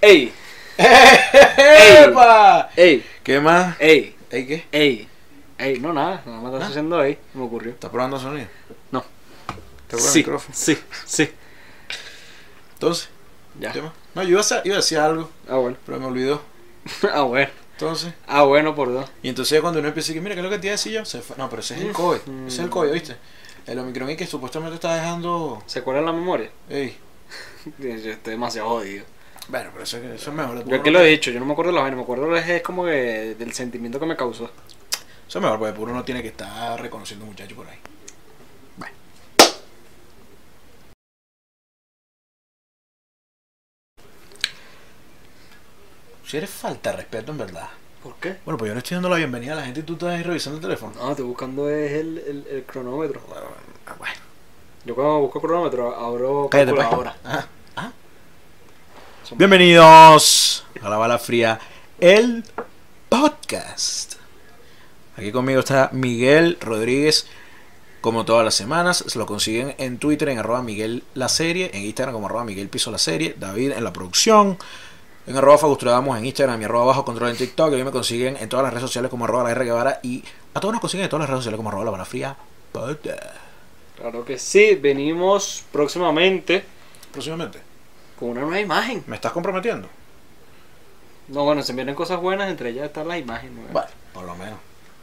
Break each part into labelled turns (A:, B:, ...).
A: ¡Ey!
B: ¡Epa!
A: ¡Ey!
B: ¿Qué más?
A: ¡Ey!
B: ¿Ey qué?
A: ¡Ey! ¡Ey! No, nada, nada más estás
B: Ah.
A: haciendo ahí, me ocurrió.
B: ¿Estás probando sonido?
A: No.
B: ¿Estás probando
A: Sí,
B: el micrófono?
A: sí, sí.
B: Entonces,
A: Ya.
B: ¿qué más? No, yo iba a, hacer- iba a decir algo,
A: Ah, bueno.
B: pero me olvidó.
A: Ah, bueno.
B: Entonces,
A: Ah, bueno, por dos.
B: y entonces ya cuando uno empieza a decir, mira, ¿qué es lo que te iba a decir yo? Se fue. No, pero ese es el
A: Mm.
B: COVID. Ese es el COVID, ¿viste? El Omicron es que supuestamente está dejando...
A: ¿Se acuerdan la memoria?
B: Ey.
A: Yo estoy demasiado jodido.
B: Bueno, pero eso, eso es mejor.
A: Yo aquí lo he dicho, yo no me acuerdo de la vaina, me acuerdo es, es como que del sentimiento que me causó.
B: Eso es mejor, porque uno no tiene que estar reconociendo muchachos por ahí. Si eres falta de respeto, en verdad.
A: ¿Por qué?
B: Bueno, pues yo no estoy dando la bienvenida a la gente y tú estás ahí revisando el teléfono.
A: No, estoy buscando es el, el, el cronómetro.
B: Bueno, ah, bueno.
A: Yo cuando busco cronómetro abro
B: Cállate, pues.
A: calculadora.
B: Ajá. Ajá.
A: Son-
B: Bienvenidos a La Bala Fría, el podcast. Aquí conmigo está Miguel Rodríguez, como todas las semanas. Se lo consiguen en Twitter en arroba Miguel La Serie, en Instagram como arroba Miguel Piso La Serie, David en la producción, en arroba Fagustradamos en Instagram y arroba Bajo Control en TikTok. Y a mí me consiguen en todas las redes sociales como arroba La R Guevara y a todos nos consiguen en todas las redes sociales como arroba La Bala Fría Podcast.
A: Claro que sí, venimos próximamente
B: Próximamente,
A: con una nueva imagen.
B: ¿me estás comprometiendo?
A: No, bueno, se vienen cosas buenas, entre ellas están las imágenes. ¿no?
B: Bueno, por lo menos.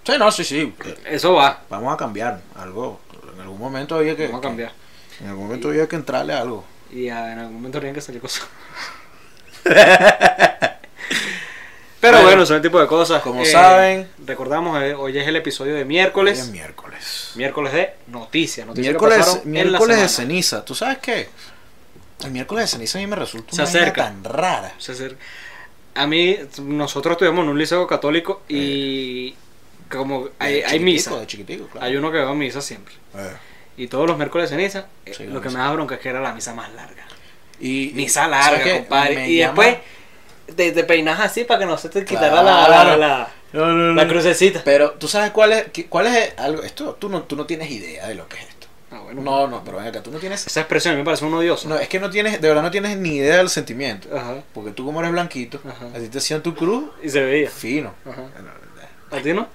B: Sí, no, sí, sí.
A: Eso va,
B: Vamos a cambiar algo. En algún momento había que.
A: vamos a cambiar.
B: En algún momento había que entrarle a algo.
A: Y ah, en algún momento tienen que salir cosas. Pero
B: Bueno,
A: bueno, son el tipo de cosas.
B: como saben-
A: recordamos, eh, hoy es el episodio de
B: Eh, Hoy
A: miércoles.
B: es miércoles.
A: Miércoles de noticias, noticias que
B: Miércoles,
A: pasaron en la
B: miércoles de
A: semana.
B: ceniza. ¿Tú sabes qué? El miércoles de ceniza a mí me resulta
A: Se
B: una vaina
A: acerca.
B: tan rara.
A: O sea, ser- A mí, nosotros estuvimos en un liceo católico y como hay,
B: Eh. De
A: hay
B: chiquitico,
A: misa,
B: De chiquitico, claro.
A: hay uno que va a misa siempre.
B: Eh.
A: Y todos los miércoles de ceniza, eh,
B: Sí,
A: lo
B: la
A: que
B: misa.
A: me da bronca es que era la misa más larga.
B: Y,
A: Misa
B: ¿sabes
A: larga,
B: qué?
A: compadre.
B: Me
A: Y
B: llama-
A: después te, te peinas así para que no se te quitara
B: Claro.
A: la, la, la-
B: No, no, no,
A: la
B: no.
A: crucecita.
B: Pero tú sabes cuál es, qué- cuál es algo. Esto, tú no, tú no tienes idea de lo que es esto.
A: Ah, bueno.
B: No, no, pero ven acá, tú no tienes.
A: Esa expresión a mí me parece un odioso.
B: No, es que no tienes, de verdad no tienes ni idea del sentimiento.
A: Ajá.
B: Porque tú como eres blanquito,
A: Ajá.
B: así te hacían tu cruz
A: Y se veía.
B: fino.
A: Ajá. ¿A ti no?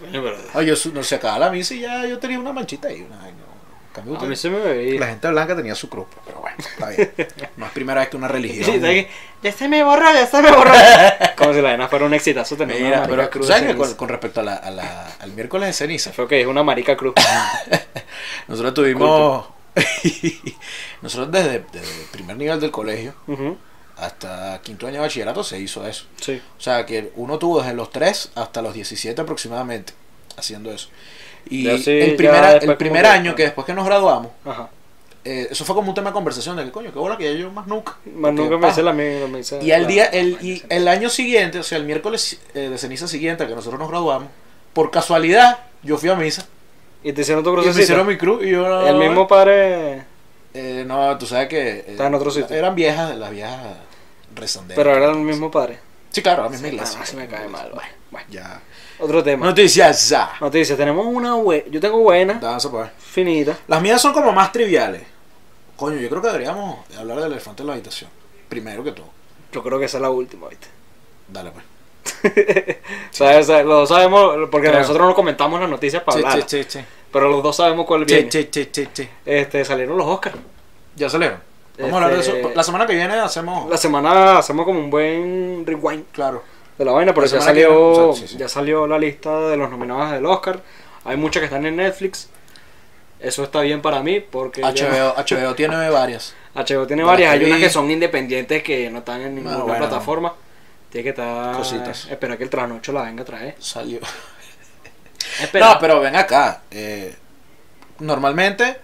A: Coño, pero-
B: Ay, yo su- no se acababa la misa y ya yo tenía una manchita ahí. Una, ay, no. En cambio,
A: A
B: usted-
A: mí se me veía.
B: la gente blanca tenía su cruz, pues, pero bueno, está bien. No es primera vez que una
A: Sí,
B: religión.
A: ¿sabes qué? Ya se me borró, ya se me borró. Como si la vena fuera un exitazo tener una
B: Mira,
A: marica
B: pero
A: cruz. de
B: ¿sabes qué? Con,
A: ceniza.
B: con respecto a la- a la- al miércoles de ceniza,
A: Fue que es una marica cruz.
B: nosotros tuvimos. Oh. nosotros desde, desde el primer nivel del colegio
A: Ujú,
B: hasta quinto año de bachillerato se hizo eso.
A: Sí.
B: O sea, que uno tuvo desde los 3 hasta los 17 aproximadamente haciendo eso. Y
A: Ya sí,
B: el
A: ya
B: primer, a-
A: después
B: el
A: como
B: primer
A: que-
B: año que después que nos graduamos,
A: Ajá.
B: eh, eso fue como un tema de conversación de que coño, qué bola que ya yo más nunca.
A: Más
B: Porque,
A: nunca
B: pa.
A: me hice la mía. me hice
B: Y al
A: la-
B: día,
A: la
B: el,
A: vaina
B: y
A: esa.
B: el año siguiente, o sea, el miércoles eh, de ceniza siguiente al que nosotros nos graduamos, por casualidad, yo fui a misa.
A: Y te hicieron tu
B: Y me hicieron
A: crucecita.
B: mi cruz y yo...
A: El mismo padre.
B: Eh, no, tú sabes que... eh,
A: Está en otro sitio.
B: Eran viejas, las viejas rezanderas.
A: Pero era el mismo padre.
B: Sí, claro, la misma
A: Sí, nada
B: iglesia.
A: más me cae mal. Bueno, bueno.
B: Ya.
A: Otro tema.
B: Noticias ya.
A: Noticias. Tenemos una buena. Yo tengo buena,
B: Danza, pues.
A: finita.
B: Las mías son como más triviales. Coño, yo creo que deberíamos hablar del elefante en la habitación. Primero que todo.
A: Yo creo que esa es la última, ¿viste?
B: Dale, pues.
A: ¿Sabes? ¿Sabes? Los dos sabemos, porque
B: Claro.
A: nosotros no comentamos las noticias para hablar.
B: Che, che, che,
A: Pero los dos sabemos cuál
B: che.
A: viene.
B: Che, che, che, che.
A: Este, salieron los Oscars.
B: Ya salieron. Vamos a
A: Este-
B: hablar de eso. La semana que viene hacemos.
A: La semana hacemos como un buen rewind
B: Claro.
A: de la vaina, pero
B: La
A: ya
B: semana que viene,
A: salió,
B: o sea, sí, sí.
A: ya salió la lista de los nominados del Oscar. Hay muchas que están en Netflix. Eso está bien para mí porque ya-
B: HBO, HBO tiene varias.
A: HBO tiene
B: Para
A: varias. Hay
B: TV.
A: unas que son independientes que no están en ninguna
B: Ah, bueno.
A: plataforma. Tiene que estar.
B: Cositas.
A: Espera que el trasnocho la venga a traer.
B: Salió.
A: Espera.
B: No, pero ven acá. eh, normalmente,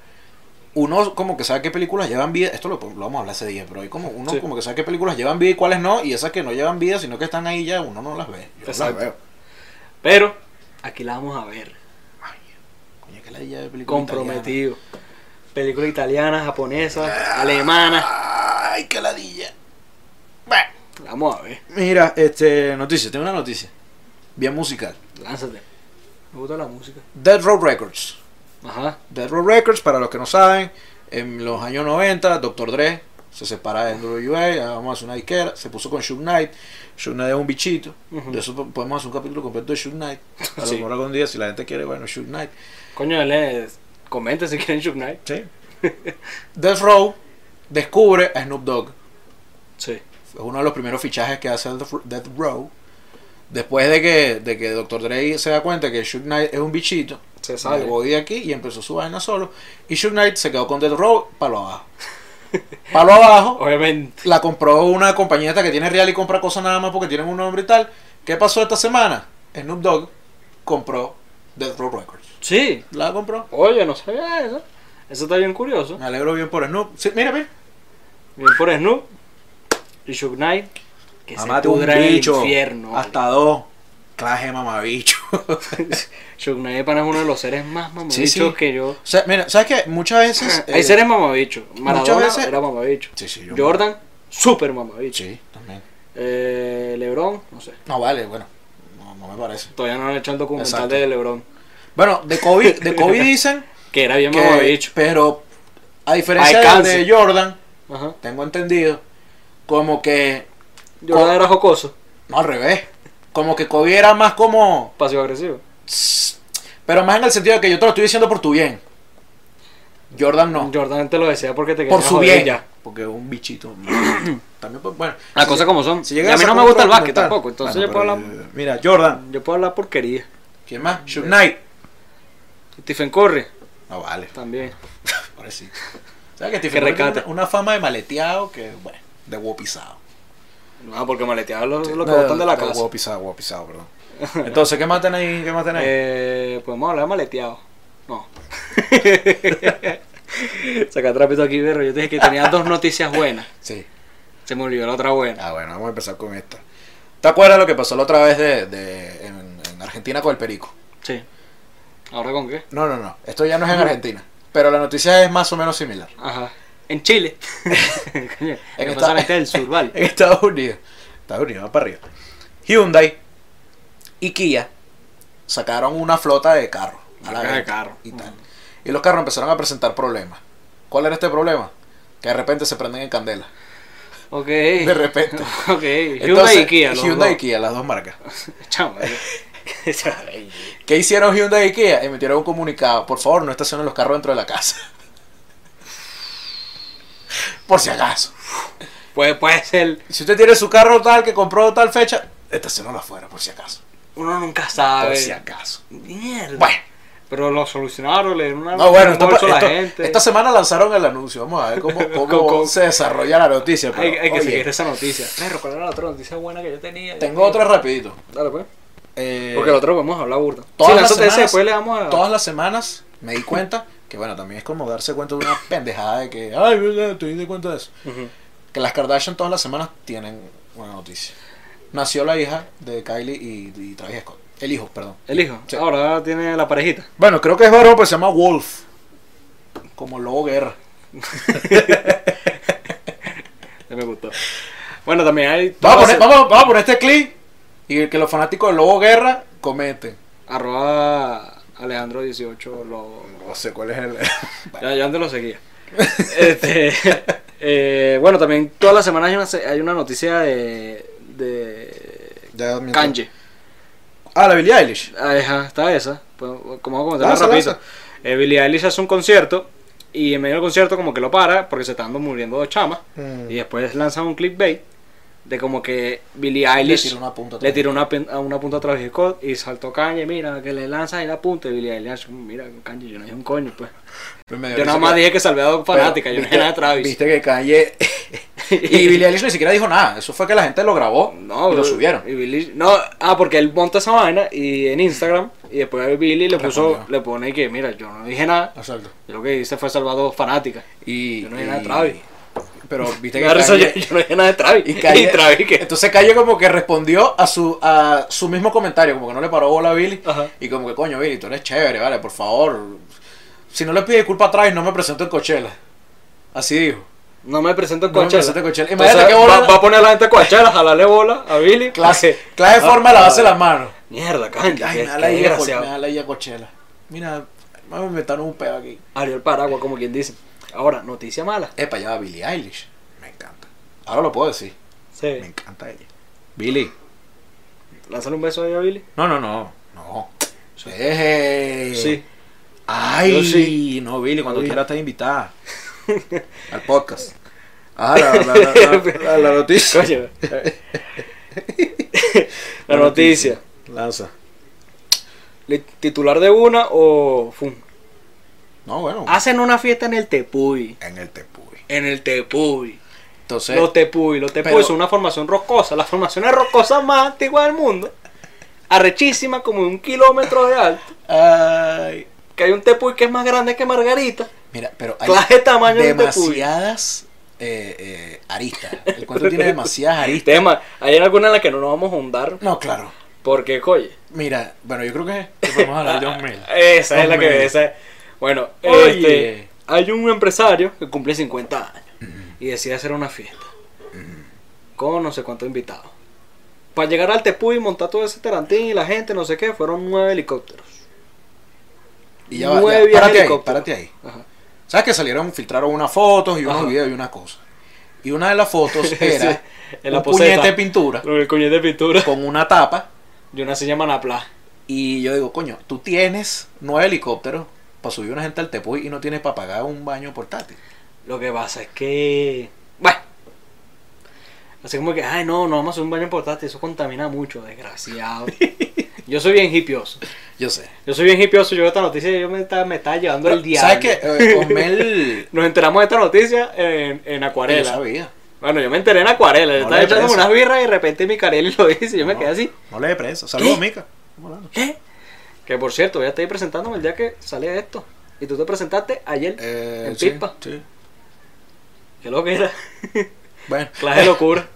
B: uno como que sabe qué películas llevan vida. Esto lo, lo vamos a hablar ese día, pero hay como uno
A: Sí.
B: como que sabe qué películas llevan vida y cuáles no. Y esas que no llevan vida, sino que están ahí ya, uno no las ve. Yo no
A: Exacto.
B: las veo.
A: Pero aquí la vamos a ver.
B: Ay, coño, qué ladilla de película italiana.
A: Comprometido. Película italiana, japonesa, alemana.
B: Ay, qué ladilla. Bueno,
A: La vamos a ver.
B: mira, este, noticia, tengo una noticia. Bien musical.
A: Lánzate. Me gusta la música.
B: Dead Row Records.
A: Ajá.
B: Dead Row Records, para los que no saben, en los años 90, Dr. Dre se separa de NWA, ah, vamos a hacer una disquera, se puso con Shoot Knight, Shoot Knight es un bichito,
A: Ujú.
B: de eso po- podemos hacer un capítulo completo de Shoot Knight, a lo
A: Sí.
B: mejor algún día si la gente quiere, bueno, Shoot Knight,
A: Coño, les comenten si quieren Shook Knight.
B: sí. Death Row descubre a Snoop Dogg,
A: Sí.
B: es uno de los primeros fichajes que hace Death- Death Row, después de que, de que Dr. Dre se da cuenta que Shoot Knight es un bichito,
A: Se
B: sale
A: sale.
B: voy de aquí y empezó su vaina solo, y Shoot Knight se quedó con Death Row, palo abajo, palo abajo,
A: Obviamente.
B: la compró una compañía esta que tiene real y compra cosas nada más porque tienen un nombre y tal. ¿Qué pasó esta semana? Snoop Dogg compró Death Row Records.
A: Sí.
B: La compró.
A: Oye, no sabía eso. Eso está bien curioso.
B: Me alegro bien por Snoop. Sí, mira, mira.
A: Bien por Snoop y Shook Knight. Que
B: Mamate
A: se
B: un
A: pudra en el
B: bicho.
A: infierno. vale.
B: Hasta dos. Clase de mamabicho. o
A: Shug Knight pana es uno de los seres más mamabichos
B: Sí, sí.
A: que yo.
B: sea, mira, ¿sabes qué? Muchas veces.
A: Hay
B: eh,
A: seres mamabichos. Maradona
B: muchas veces-
A: era mamabicho.
B: Sí, sí, yo-
A: Jordan, súper mamabicho.
B: Sí, también.
A: Eh, Lebron, no sé.
B: No, vale, bueno. No, no me parece.
A: Todavía no han hecho el documental
B: Exacto.
A: de Lebron.
B: Bueno, de Kobe, de Kobe dicen.
A: Que era bien
B: que-
A: mamabicho.
B: pero a diferencia del
A: Alcance.
B: de Jordan,
A: Ajá.
B: tengo entendido. Como que
A: Jordan
B: Co-
A: era jocoso,
B: No, al revés. Como que Kobe era más como.
A: pasivo agresivo.
B: Pero más en el sentido de que yo te lo estoy diciendo por tu bien. Jordan no.
A: Jordan te lo decía porque te quería
B: por su
A: joder
B: bien.
A: ya.
B: Porque es un bichito. También, pues, bueno.
A: Las
B: si
A: cosas
B: lleg-
A: como son.
B: si
A: Y
B: llega
A: a mí no
B: sacar
A: me
B: un
A: gusta el básquet
B: documental.
A: tampoco, entonces
B: pues, Bueno,
A: yo, puedo
B: pero,
A: hablar,
B: eh, Mira, Jordan.
A: yo puedo hablar porquería.
B: ¿Quién más? Shoot Knight.
A: Stephen Curry
B: No vale.
A: también.
B: Ahora sí. ¿Sabes que
A: Que
B: Stephen Curry tiene
A: recate.
B: una, una fama de maleteado que, bueno, de guapizado.
A: No, Ah, porque maleteaba lo, lo que
B: No,
A: botan de la casa.
B: Guapizado, guapizado, perdón. Entonces, ¿qué más tenéis? ¿Qué más tenéis?
A: Eh, Podemos hablar de maleteado. No. Saca trapito aquí, perro. Yo te dije que tenía dos noticias buenas.
B: sí.
A: Se me olvidó la otra buena.
B: Ah, bueno, vamos a empezar con esta. ¿Te acuerdas lo que pasó la otra vez de, de- en, en Argentina con el Perico?
A: Sí. ¿Ahora con qué?
B: No, no, no. Esto ya no es en Argentina. Pero la noticia es más o menos similar.
A: Ajá. En Chile. Coño,
B: En,
A: me
B: Esta-
A: pasa la gente del sur, ¿vale?
B: en Estados Unidos. Estados Unidos, va para arriba. Hyundai y Kia sacaron una flota de carros. a la
A: Marcas de
B: venta
A: carro.
B: Y, tal. y los carros empezaron a presentar problemas. ¿Cuál era este problema? Que de repente se prenden en candela.
A: Ok.
B: De repente.
A: Ok. Hyundai y
B: Entonces,
A: Kia. los
B: Hyundai y
A: dos.
B: Kia, las dos marcas.
A: Chamo, eh.
B: ¿Qué hicieron Hyundai y Kia? Emitieron un comunicado. Por favor, no estacionen los carros dentro de la casa. Por si acaso.
A: Puede, Pues puede ser.
B: Si usted tiene su carro tal que compró tal fecha, estacionalo afuera, por si acaso.
A: Uno nunca
B: Por
A: sabe.
B: si acaso.
A: Mierda.
B: Bueno.
A: Pero lo solucionaron, le dieron una.
B: No, bueno,
A: un
B: esto-
A: bolso a la
B: esto-
A: gente.
B: esta semana lanzaron el anuncio. Vamos a ver cómo, cómo
A: Con- con-
B: se desarrolla la noticia. pero,
A: Hay, hay que
B: oye,
A: seguir esa noticia. Perro, ¿cuál era la otra noticia buena que yo tenía?
B: tengo otra rapidito.
A: Dale, pues.
B: Eh,
A: Porque la otra podemos hablar burda.
B: todas
A: si
B: las
A: lánzate ese,
B: semanas-
A: después le damos a.
B: todas las semanas me di cuenta que, bueno, también es como darse cuenta de una pendejada de que, ay, verdad, te di cuenta de eso.
A: Ujú.
B: que las Kardashian todas las semanas tienen una noticia. Nació la hija de Kylie y, y Travis Scott. El hijo, perdón.
A: El hijo.
B: Sí.
A: Ahora tiene la parejita.
B: Bueno, creo que es varón, pero se llama Wolf. Como lobo guerra.
A: Ya me gustó. Bueno, también hay.
B: Vamos
A: todas
B: a, poner,
A: las-
B: vamos, a- vamos a poner este clip y que los fanáticos de Lobo Guerra comenten.
A: Arroba Alejandro18. Lo...
B: No sé cuál es el.
A: Ya, ya antes lo seguía. Este, eh, bueno, también todas las semanas hay una, se- hay una noticia de. de.
B: Ya, mientras-
A: Kanye.
B: Ah, la Billie Eilish.
A: Ajá, está esa. Pues, Como vamos a comentarla
B: Lanza,
A: rapidito.
B: lanza.
A: Eh, Billie Eilish hace un concierto y en medio del concierto como que lo para porque se están muriendo dos chamas. Y después lanzan un clickbait de como que Billie Eilish
B: Le tiró una punta.
A: le tiró una, pen- a una punta a Travis Scott y saltó Kanye, mira, que le lanza ahí la punta. Y Billie Eilish, mira, Kanye, yo no dije un coño, pues. Yo nada más dije que salvé a dos fanáticas, yo no dije nada de Travis.
B: Viste que Kanye. y Billie Eilish ni siquiera dijo nada. Eso fue que la gente lo grabó
A: No,
B: y lo
A: bro,
B: subieron.
A: y Billie- no, ah, porque él monta esa vaina y en Instagram y después Billy le puso,
B: Respondió.
A: le pone que, mira, yo no dije nada,
B: Exacto.
A: yo lo que hice fue salvar a dos fanáticas.
B: Y,
A: Yo no dije nada de
B: y-
A: Travis.
B: Pero viste
A: Me
B: que
A: da risa, yo,
B: Kanye-
A: yo no dije nada de Travis.
B: y Kanye-
A: Y Travis que
B: Entonces Calle como que respondió a su a su mismo comentario, como que no le paró bola a Billy.
A: Ajá.
B: Y como que, coño, Billy, tú eres chévere, vale, por favor. Si no le pide disculpas a Travis, no me presento en Coachella. Así dijo.
A: no me presento en
B: No me
A: Coachella.
B: presento en Coachella. Imagínate
A: Entonces,
B: qué bola-
A: va, va a poner a la gente en Coachella, jalarle bola a Billy. Ah,
B: Clase, clase de forma de lavarse las manos.
A: Mierda, Kanye.
B: Ay,
A: qué-
B: me da la
A: qué
B: idea, me
A: desgraciado.
B: da la idea Coachella. Mira, vamos a inventar un pedo aquí.
A: Abrió el paraguas, como quien dice. Ahora, noticia mala.
B: Epa, ya va Billie Eilish. Me Ahora lo puedo decir. Me
A: Sí.
B: encanta ella. Billy.
A: Lánzale un beso ahí a Billy.
B: No, no, no. No. Deje.
A: Sí.
B: Ay,
A: Yo sí.
B: no, Billy, cuando
A: Billy.
B: quieras estás invitada al podcast. Ah, la, la- la- la- la- la noticia. Eh.
A: Coño. La noticia.
B: Lanza.
A: Li- ¿Titular de una o fum?
B: No, bueno.
A: Oh. Hacen una fiesta en el Tepuy.
B: En el Tepuy.
A: En el Tepuy.
B: Entonces,
A: Los Tepuy. Los Tepuy
B: Pero-
A: son una formación rocosa. La formación es rocosa más antigua del mundo. Arrechísima, como un kilómetro de alto.
B: ay,
A: Que hay un Tepuy que es más grande que Margarita.
B: mira, pero hay
A: Clase de tamaño de un Tepuy.
B: demasiadas eh, eh, aristas. El cuento tiene demasiadas aristas.
A: Tema, hay alguna en la que no nos vamos a hundar.
B: No, claro.
A: Porque, oye.
B: Mira, bueno, yo creo que que podemos hablar de 2000.
A: Esa es la que.
B: 2000.
A: Esa es- Bueno,
B: Oye.
A: este, hay un empresario que cumple 50 años y decide hacer una fiesta con no sé cuántos invitados. Para llegar al Tepuy y montar todo ese tarantín y la gente, no sé qué, fueron nueve helicópteros.
B: Y ya va, ya,
A: Nueve
B: párate ahí,
A: helicópteros.
B: párate ahí.
A: Ajá.
B: ¿Sabes que salieron, filtraron unas fotos y unos
A: Ajá.
B: videos y una cosa? Y una de las fotos era
A: Sí, en la
B: un
A: poseta.
B: puñete de pintura
A: El coñete de pintura.
B: con una tapa.
A: Y una se llama Napla.
B: Y yo digo, coño, tú tienes nueve helicópteros para subir una gente al Tepuy y no tienes para pagar un baño portátil.
A: Lo que pasa es que. Bueno. Así como que, ay, no, no vamos a hacer un baño portátil, eso contamina mucho, desgraciado. Yo soy bien hipioso.
B: Yo sé.
A: Yo soy bien hipioso, yo veo esta noticia y yo me estaba, me estaba llevando el diablo.
B: ¿Sabes qué? Eh, Osmel.
A: Nos enteramos de esta noticia en, en
B: yo
A: Acuarela.
B: sabía.
A: bueno, yo me enteré en Acuarela. yo
B: No
A: estaba
B: le
A: echando
B: interesa.
A: unas birras y de repente Micarelli lo dice y yo me
B: No,
A: quedé así.
B: No le dé presa. Saludos,
A: ¿Qué?
B: Mica. Estamos hablando.
A: ¿Qué? Que por cierto, ya estoy presentándome el día que sale esto. Y tú te presentaste ayer
B: Eh,
A: en
B: sí,
A: Pipa.
B: sí.
A: Que lo que era.
B: Bueno. Eh,
A: Clase de locura.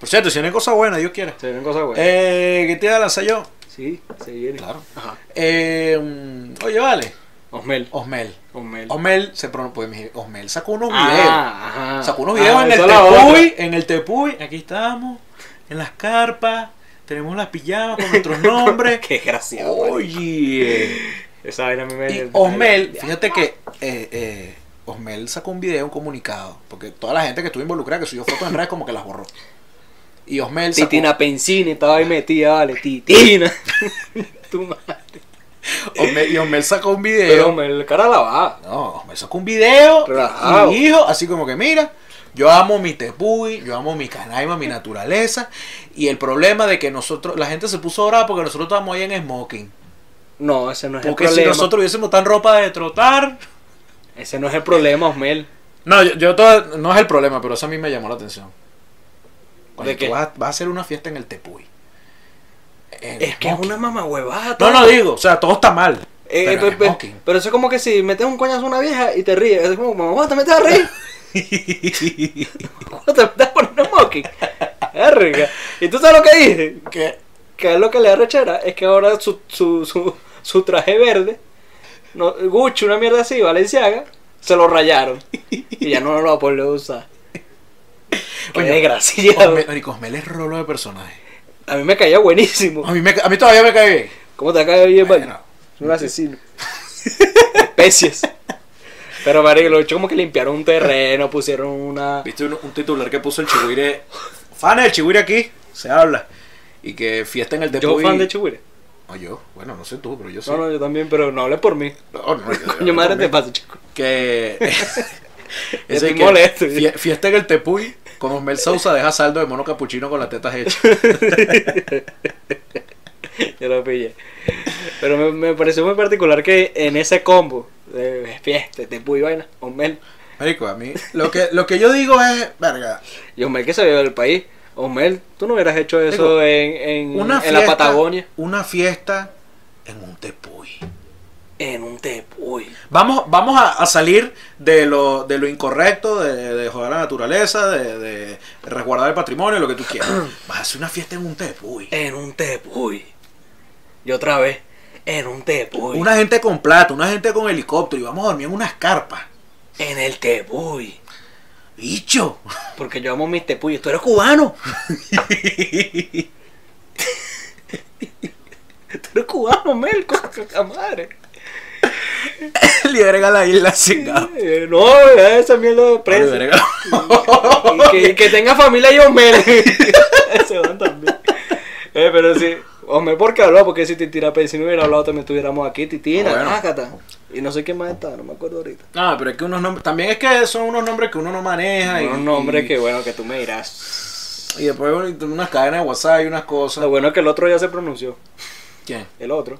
B: Por cierto, si no hay cosa buena, Dios quiera.
A: Se vienen cosas buenas.
B: Eh, ¿Qué te iba a lanzar yo?
A: sí, se viene.
B: Claro.
A: Ajá.
B: Eh, mm, oye, vale.
A: Osmel.
B: Osmel.
A: Osmel.
B: Osmel se pro- pues, mi- Osmel sacó unos videos.
A: Ah, ajá.
B: Sacó unos videos
A: Ah,
B: en el
A: esa es la
B: Tepuy.
A: otra.
B: En el Tepuy. Aquí estamos. En las carpas. Tenemos las pijamas con nuestros nombres.
A: Qué gracioso.
B: Oye.
A: Esa vaina a mí me.
B: Oh. Y Osmel, fíjate que eh, eh, Osmel sacó un video, un comunicado. Porque toda la gente que estuvo involucrada, que subió fotos en redes, como que las borró. Y Osmel sacó,
A: Titina Pensini estaba ahí metida, vale, Titina. tu madre.
B: Osmel- y Osmel sacó un video.
A: Pero hombre, el cara lavada.
B: No, me sacó un video
A: Relajado.
B: y dijo, así como que mira, yo amo mi tepuy, yo amo mi canaima, mi naturaleza. Y el problema de que nosotros, la gente se puso brava porque nosotros estamos ahí en smoking.
A: No, ese no es
B: Porque
A: el
B: si
A: problema.
B: nosotros hubiésemos tan ropa de trotar.
A: Ese no es el problema, Osmel.
B: No, yo, yo todo- no es el problema, pero eso a mí me llamó la atención. Cuando
A: ¿De
B: tú
A: qué?
B: vas, a- vas a hacer una fiesta en el tepuy. en
A: Es que es
B: smoking.
A: una mamahuevada.
B: No,
A: todo.
B: no digo, o sea, todo está mal.
A: Eh,
B: pero
A: eh,
B: en
A: pe-
B: smoking.
A: pero eso es como que si metes un coñazo a una vieja y te ríes. Es como, mamá, te metes a reír. ¿Cómo te metes a poner un smoking? Verga. ¿Y tú sabes lo que dije?
B: Que-
A: Que es lo que le da rechera es que ahora su, su, su, su traje verde, no, Gucci, una mierda así, Valenciaga, se lo rayaron. Y ya no lo va a poder usar. Qué
B: Coño,
A: desgraciado.
B: Osmel, marico, Osmel es rolo de personaje.
A: A mí me caía buenísimo.
B: A mí, me- a mí todavía me cae bien.
A: ¿Cómo te cae bien,
B: Bueno,
A: Vale? Un asesino. Especies. Pero, marico, lo hecho como que limpiaron un terreno, pusieron una...
B: Viste un, un titular que puso el Chihuire. Fan del Chihuire aquí, se habla. Y que fiesta en el
A: Yo
B: Tepuy.
A: fan de Chihuire.
B: No, yo. Bueno, no sé tú, pero yo pues, sí.
A: No, no, yo también, pero no hables por mí.
B: No, no, yo-
A: Coño, madre, te pasa, chico.
B: Que.
A: Estoy
B: que-
A: molesto.
B: fie- Fiesta en el Tepuy. Con Osmel Sousa deja saldo de mono capuchino con las tetas hechas.
A: Yo lo pillé. Pero me, me pareció muy particular que en ese combo de fiesta, de puy vaina, Osmel,
B: Marico, a mí. Lo que, lo que yo digo es. Verga.
A: y Osmel que se vio del país, Osmel, tú no hubieras hecho eso
B: Digo,
A: en, en,
B: Una
A: Mm, en
B: fiesta.
A: la Patagonia.
B: Una fiesta en un Tepuy.
A: En un tepuy.
B: Vamos, vamos a, a salir de lo, de lo incorrecto, de, de joder la naturaleza, de, de resguardar el patrimonio, lo que tú quieras. Vas a hacer una fiesta en un tepuy.
A: En un tepuy. Y otra vez, en un tepuy.
B: Una gente con plata, una gente con helicóptero y vamos a dormir en unas carpas.
A: En el tepuy.
B: ¡Bicho!
A: Porque yo amo mis tepuyes. Tú eres cubano. Tú eres cubano, Mel, coño, puta madre.
B: Le agrega la isla cingado.
A: Eh, No, ya esa mierda de
B: Le
A: preso.
B: agrega-
A: Y que, que tenga familia y Homer. Se van también. Eh, pero sí. Hombre, ¿por qué habló? Porque si Titina Pérez, si no hubiera hablado, también estuviéramos aquí. Titina,
B: Bueno.
A: Ágata. Y no sé qué más está, no me acuerdo ahorita.
B: No, pero es que unos nombres. También es que son unos nombres que uno no maneja. y-
A: Un nombre
B: y-
A: que bueno, que tú me dirás.
B: Y después bueno, y unas cadenas de WhatsApp y unas
A: Lo
B: cosas.
A: bueno es que el otro ya se pronunció.
B: ¿Quién?
A: El otro.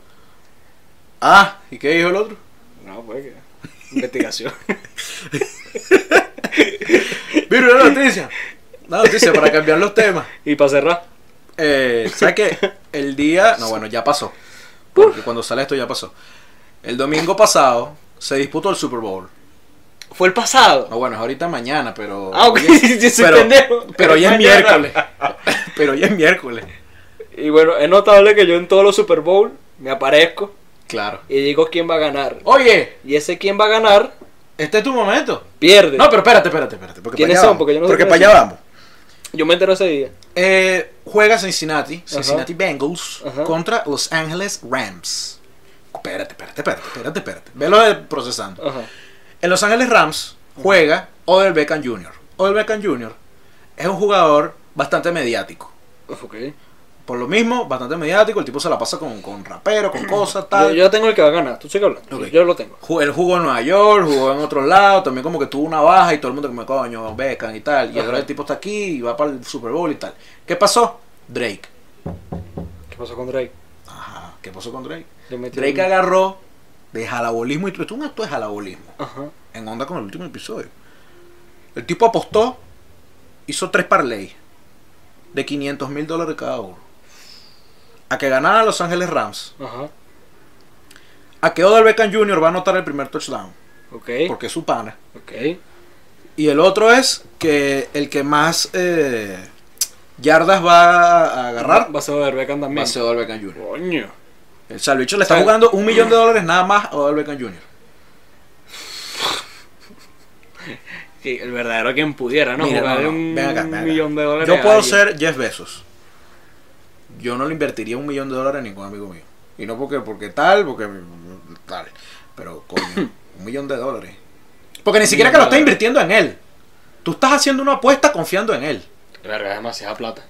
B: Ah, ¿y qué dijo el otro?
A: No, pues que. Investigación.
B: Mira una noticia. Una noticia para cambiar los temas.
A: y para cerrar.
B: Eh, ¿Sabes qué? El día. No, bueno, ya pasó. Porque cuando sale esto ya pasó. El domingo pasado se disputó el Super Bowl.
A: Fue el pasado.
B: No, bueno, es ahorita mañana, pero.
A: Ah, ok,
B: hoy es-
A: yo soy
B: pero,
A: pendejo.
B: pero hoy es
A: Mañana.
B: miércoles. pero hoy es miércoles.
A: Y bueno, es notable que yo en todos los Super Bowl me aparezco
B: Claro.
A: y digo quién va a ganar.
B: Oye,
A: Y ese quién va a ganar,
B: este es tu momento.
A: pierde.
B: No, pero espérate, espérate, espérate. Porque
A: ¿Quiénes
B: para allá
A: son?
B: vamos.
A: Porque yo no sé
B: Porque para
A: quiénes
B: allá
A: son.
B: vamos.
A: Yo me entero ese día.
B: Eh, juega Cincinnati, Cincinnati Bengals,
A: Ajá.
B: contra Los Angeles Rams. Espérate, espérate, espérate, espérate, espérate. Velo eh, procesando.
A: Ajá.
B: En Los Angeles Rams juega Odell Beckham Jr. Odell Beckham Jr. es un jugador bastante mediático.
A: Ok.
B: Por lo mismo, bastante mediático, el tipo se la pasa con, con rapero, con cosas,
A: Yo,
B: tal.
A: yo tengo el que va a ganar. Tú sigue hablando.
B: Ok.
A: Yo lo tengo.
B: Ju- Él jugó en Nueva York, jugó en otro lado, también como que tuvo una baja y todo el mundo que me coño, Beckham y tal. Y
A: Ajá.
B: ahora el tipo está aquí y va para el Super Bowl y tal. ¿Qué pasó? Drake.
A: ¿Qué pasó con Drake?
B: Ajá, ¿qué pasó con Drake?
A: Le metí
B: Drake
A: un-
B: agarró de jalabolismo y esto es un acto de jalabolismo.
A: Ajá.
B: En onda con el último episodio. El tipo apostó, hizo tres parlays de 500 mil dólares cada uno. A que ganara Los Ángeles Rams.
A: Ajá.
B: A que Odell Beckham Jr. va a anotar el primer touchdown.
A: Ok.
B: Porque es su pana.
A: Ok.
B: Y el otro es que el que más eh, yardas va a agarrar
A: Va a ser Odell Beckham
B: va
A: también.
B: a ser Odell Beckham Jr.
A: Coño.
B: El Salvicho le está
A: Claro.
B: jugando un millón de dólares nada más a Odell Beckham Jr.
A: Sí, el verdadero quien pudiera, ¿no?
B: Mira,
A: Jugarle
B: no, no.
A: un
B: Ven acá, ven acá.
A: millón de dólares.
B: Yo
A: a
B: puedo
A: alguien.
B: ser Jeff Bezos. Yo no le invertiría un millón de dólares a ningún amigo mío. Y no porque, porque tal, porque tal. Pero, coño, un millón de dólares. Porque ni siquiera que lo
A: millón de
B: estás
A: dólares.
B: invirtiendo en él. Tú estás haciendo una apuesta confiando en él.
A: Verga, es demasiada plata.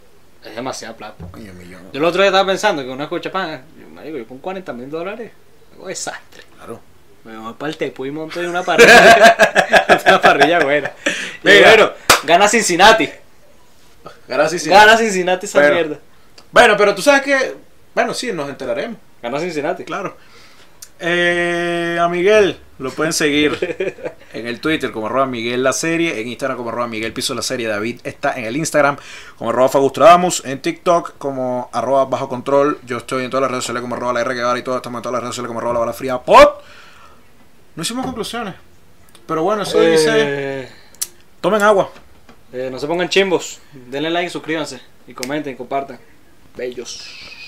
A: Es demasiada plata.
B: Coño, millón.
A: Yo el otro día estaba pensando que una cocha pan, yo, marico, yo con 40 mil dólares, hago desastre.
B: Claro.
A: Me voy para el Tepu y monto en una parrilla. una parrilla buena. Y
B: Mira.
A: bueno, gana Cincinnati.
B: Gracias. sí.
A: Gana Cincinnati esa
B: Bueno.
A: mierda.
B: Bueno, pero tú sabes que. Bueno, sí, nos enteraremos.
A: Gana Cincinnati.
B: Claro. Eh, a Miguel lo pueden seguir en el Twitter como arroba Miguel la serie, en Instagram como arroba Miguel Piso la serie, David está en el Instagram como arroba Fagustradamus, en TikTok como arroba bajo control, yo estoy en todas las redes sociales como arroba la R Guevara y todas estamos en todas las redes sociales como arroba la bala fría pod. No hicimos conclusiones, pero bueno, eso dice,
A: Eh,
B: tomen agua.
A: eh, no se pongan chimbos. Denle like, suscríbanse. Y comenten, compartan. Bellos.